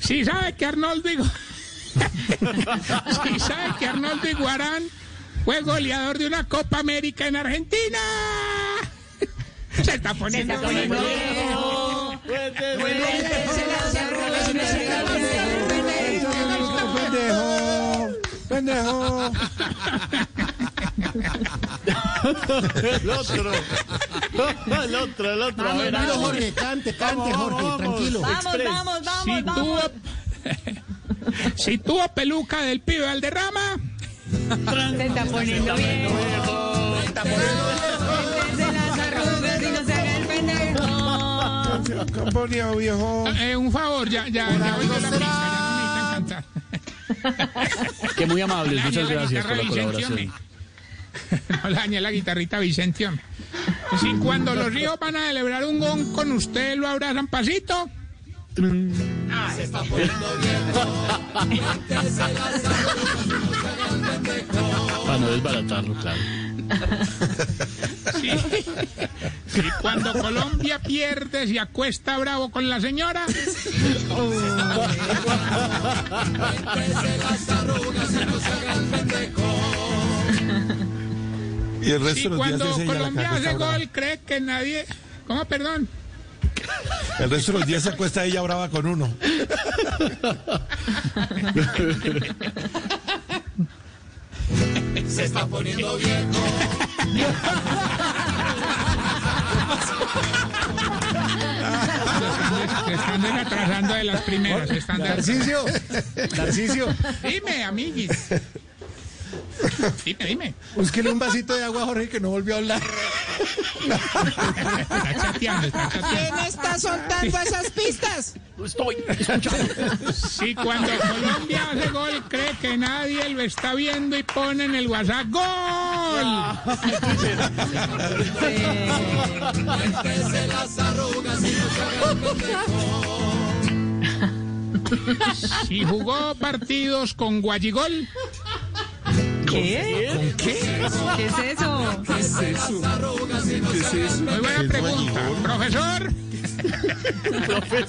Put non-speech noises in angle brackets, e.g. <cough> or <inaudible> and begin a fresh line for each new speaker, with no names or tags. Sí sabe que Arnoldo Igu- <laughs> Sí sabe que Arnoldo Iguarán fue goleador de una Copa América en Argentina. Se está poniendo muy
Pendejo, pendejo.
El otro. El otro, el otro. A ver,
Tranquilo,
Alex.
Jorge, cante, cante,
Vamos,
Jorge,
vamos,
tranquilo.
Vamos,
Express.
vamos,
Si
vamos,
tuvo,
vamos.
<laughs> si tuvo peluca del pibe Valderrama,
Se está poniendo bien. Cuéntese las arrugas y no se haga el pendejo.
Camponía, viejo.
eh, un favor, ya, ya, ya oigo la misa, ya no necesitan cantar.
Que muy amables, muchas
Daña la
gracias por la
guitarra
colaboración.
Vicente, hombre. <laughs> No le dañe la guitarrita Vicente, hombre. Si cuando los ríos van a celebrar un gong con usted, lo abrazan pasito.
Para no desbaratarlo, claro.
Sí. Si cuando Colombia pierde, se acuesta bravo con la señora.
Y el
Si
resto de los días
cuando
se enseña la
Colombia
caca
hace
brava.
gol, cree que nadie. ¿Cómo, perdón?
El resto de los días se acuesta ella brava con uno.
Se están atrasando de las primeras. se están atrasando.
Narcicio, Narcicio,
Dime, amiguis. Dime, dime.
búsquele un vasito de agua a Jorge que no volvió a hablar.
Está chateando, está chateando.
¿Quién está soltando esas pistas?
Estoy escuchando.
Si cuando Colombia hace gol, cree que nadie lo está viendo y pone en el WhatsApp ¡Gol! Si jugó partidos con Guayigol,
¿Qué? ¿Qué es eso?
muy buena pregunta. Profesor.